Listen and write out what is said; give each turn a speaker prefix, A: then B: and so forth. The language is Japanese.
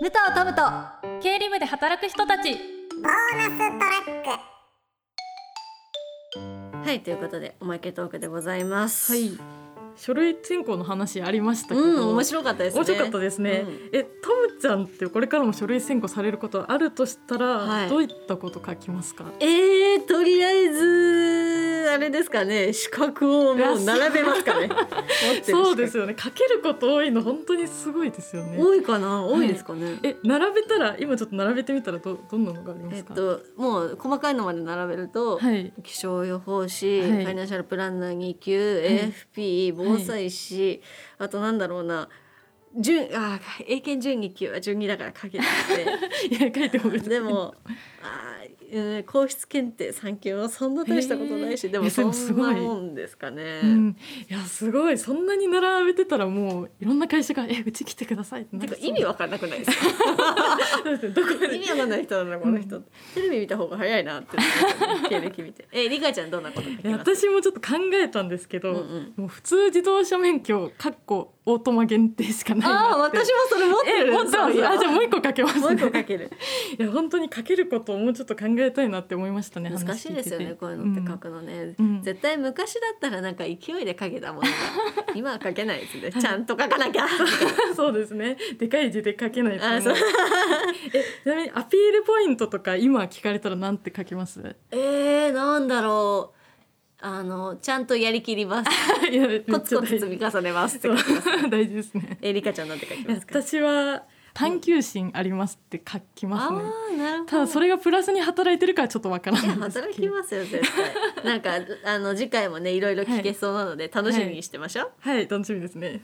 A: 武藤トムと
B: 経理部で働く人たち
C: ボーナストラック
A: はいということでおまけトークでございます
B: はい書類選考の話ありましたけど、
A: うん面白かったですね
B: 面白かったですね、
A: うん
B: えトムちゃんってこれからも書類選考されることあるとしたら、
A: はい
B: どういったこと書きますか
A: えー、とりあえずあれですかね資格をもう並べますか ね持ってる資格
B: そうですよね書けること多いの本当にすごいですよね
A: 多いかな多いですかね、
B: え並べたら今ちょっと並べてみたらどどんなのがありま
A: えっ
B: すか、
A: ともう細かいのまで並べると、
B: はい
A: 気象予報士、
B: はい
A: ファイナンシャルプランナー2級、
B: い
A: AFP 防災士、あとなんだろうな準あー英検準2級は準2だから書けなく
B: いや書いてほしい
A: て でもあー、うん、皇室検定3級はそんな大したことないし、
B: へー
A: で
B: い
A: も
B: やで
A: そ
B: もす
A: ん
B: ごい
A: なもんですかね。
B: うん、いやすごいそんなに並べてたらもういろんな会社が「えうち来てください」ってな
A: て
B: り
A: か
B: そう
A: 意味わかんなくない ですか
B: そうですねどこ
A: 意味わかんない人なんだこの人、テレビ見た方が早いなって思ったね経歴見て えリカちゃんどんなこと書き
B: いや
A: ます
B: 私もちょっと考えたんですけど、
A: うんうん
B: もう普通自動車免許かっこオートマ限定しかない
A: ああー
B: なって
A: 私もそれ持って
B: え
A: る
B: 持ってます
A: そういや
B: あじゃあもう一個かけます、ね、
A: もう一個かける
B: いや本当にかけることをもうちょっと考えたいなって思いました ね
A: 難しいですよねこういうのって書、くのね、
B: うん
A: 絶対昔だったらなんか勢いで書けたものが今は書けない ですねちゃんと書かなきゃ
B: 話聞いてて そうですねでかい字で書けないと思
A: あそう
B: えちなみにアピールポイントとか今聞かれたらなんて書きます
A: えー、なんだろうあのちゃんとやりきります
B: い やめっちゃ
A: コツコツ積み重ねますって書きます
B: 大事ですね
A: えリカちゃんなんて書きますか
B: 私は探求心ありますって書きま
A: あ
B: すね、
A: あなるほど
B: ただそれがプラスに働いてるからちょっとわから
A: いや
B: ないです
A: 働きますよ絶対なんかあの次回もねいろいろ聞けそうなので楽しみにしてましょう、
B: はい楽しみですね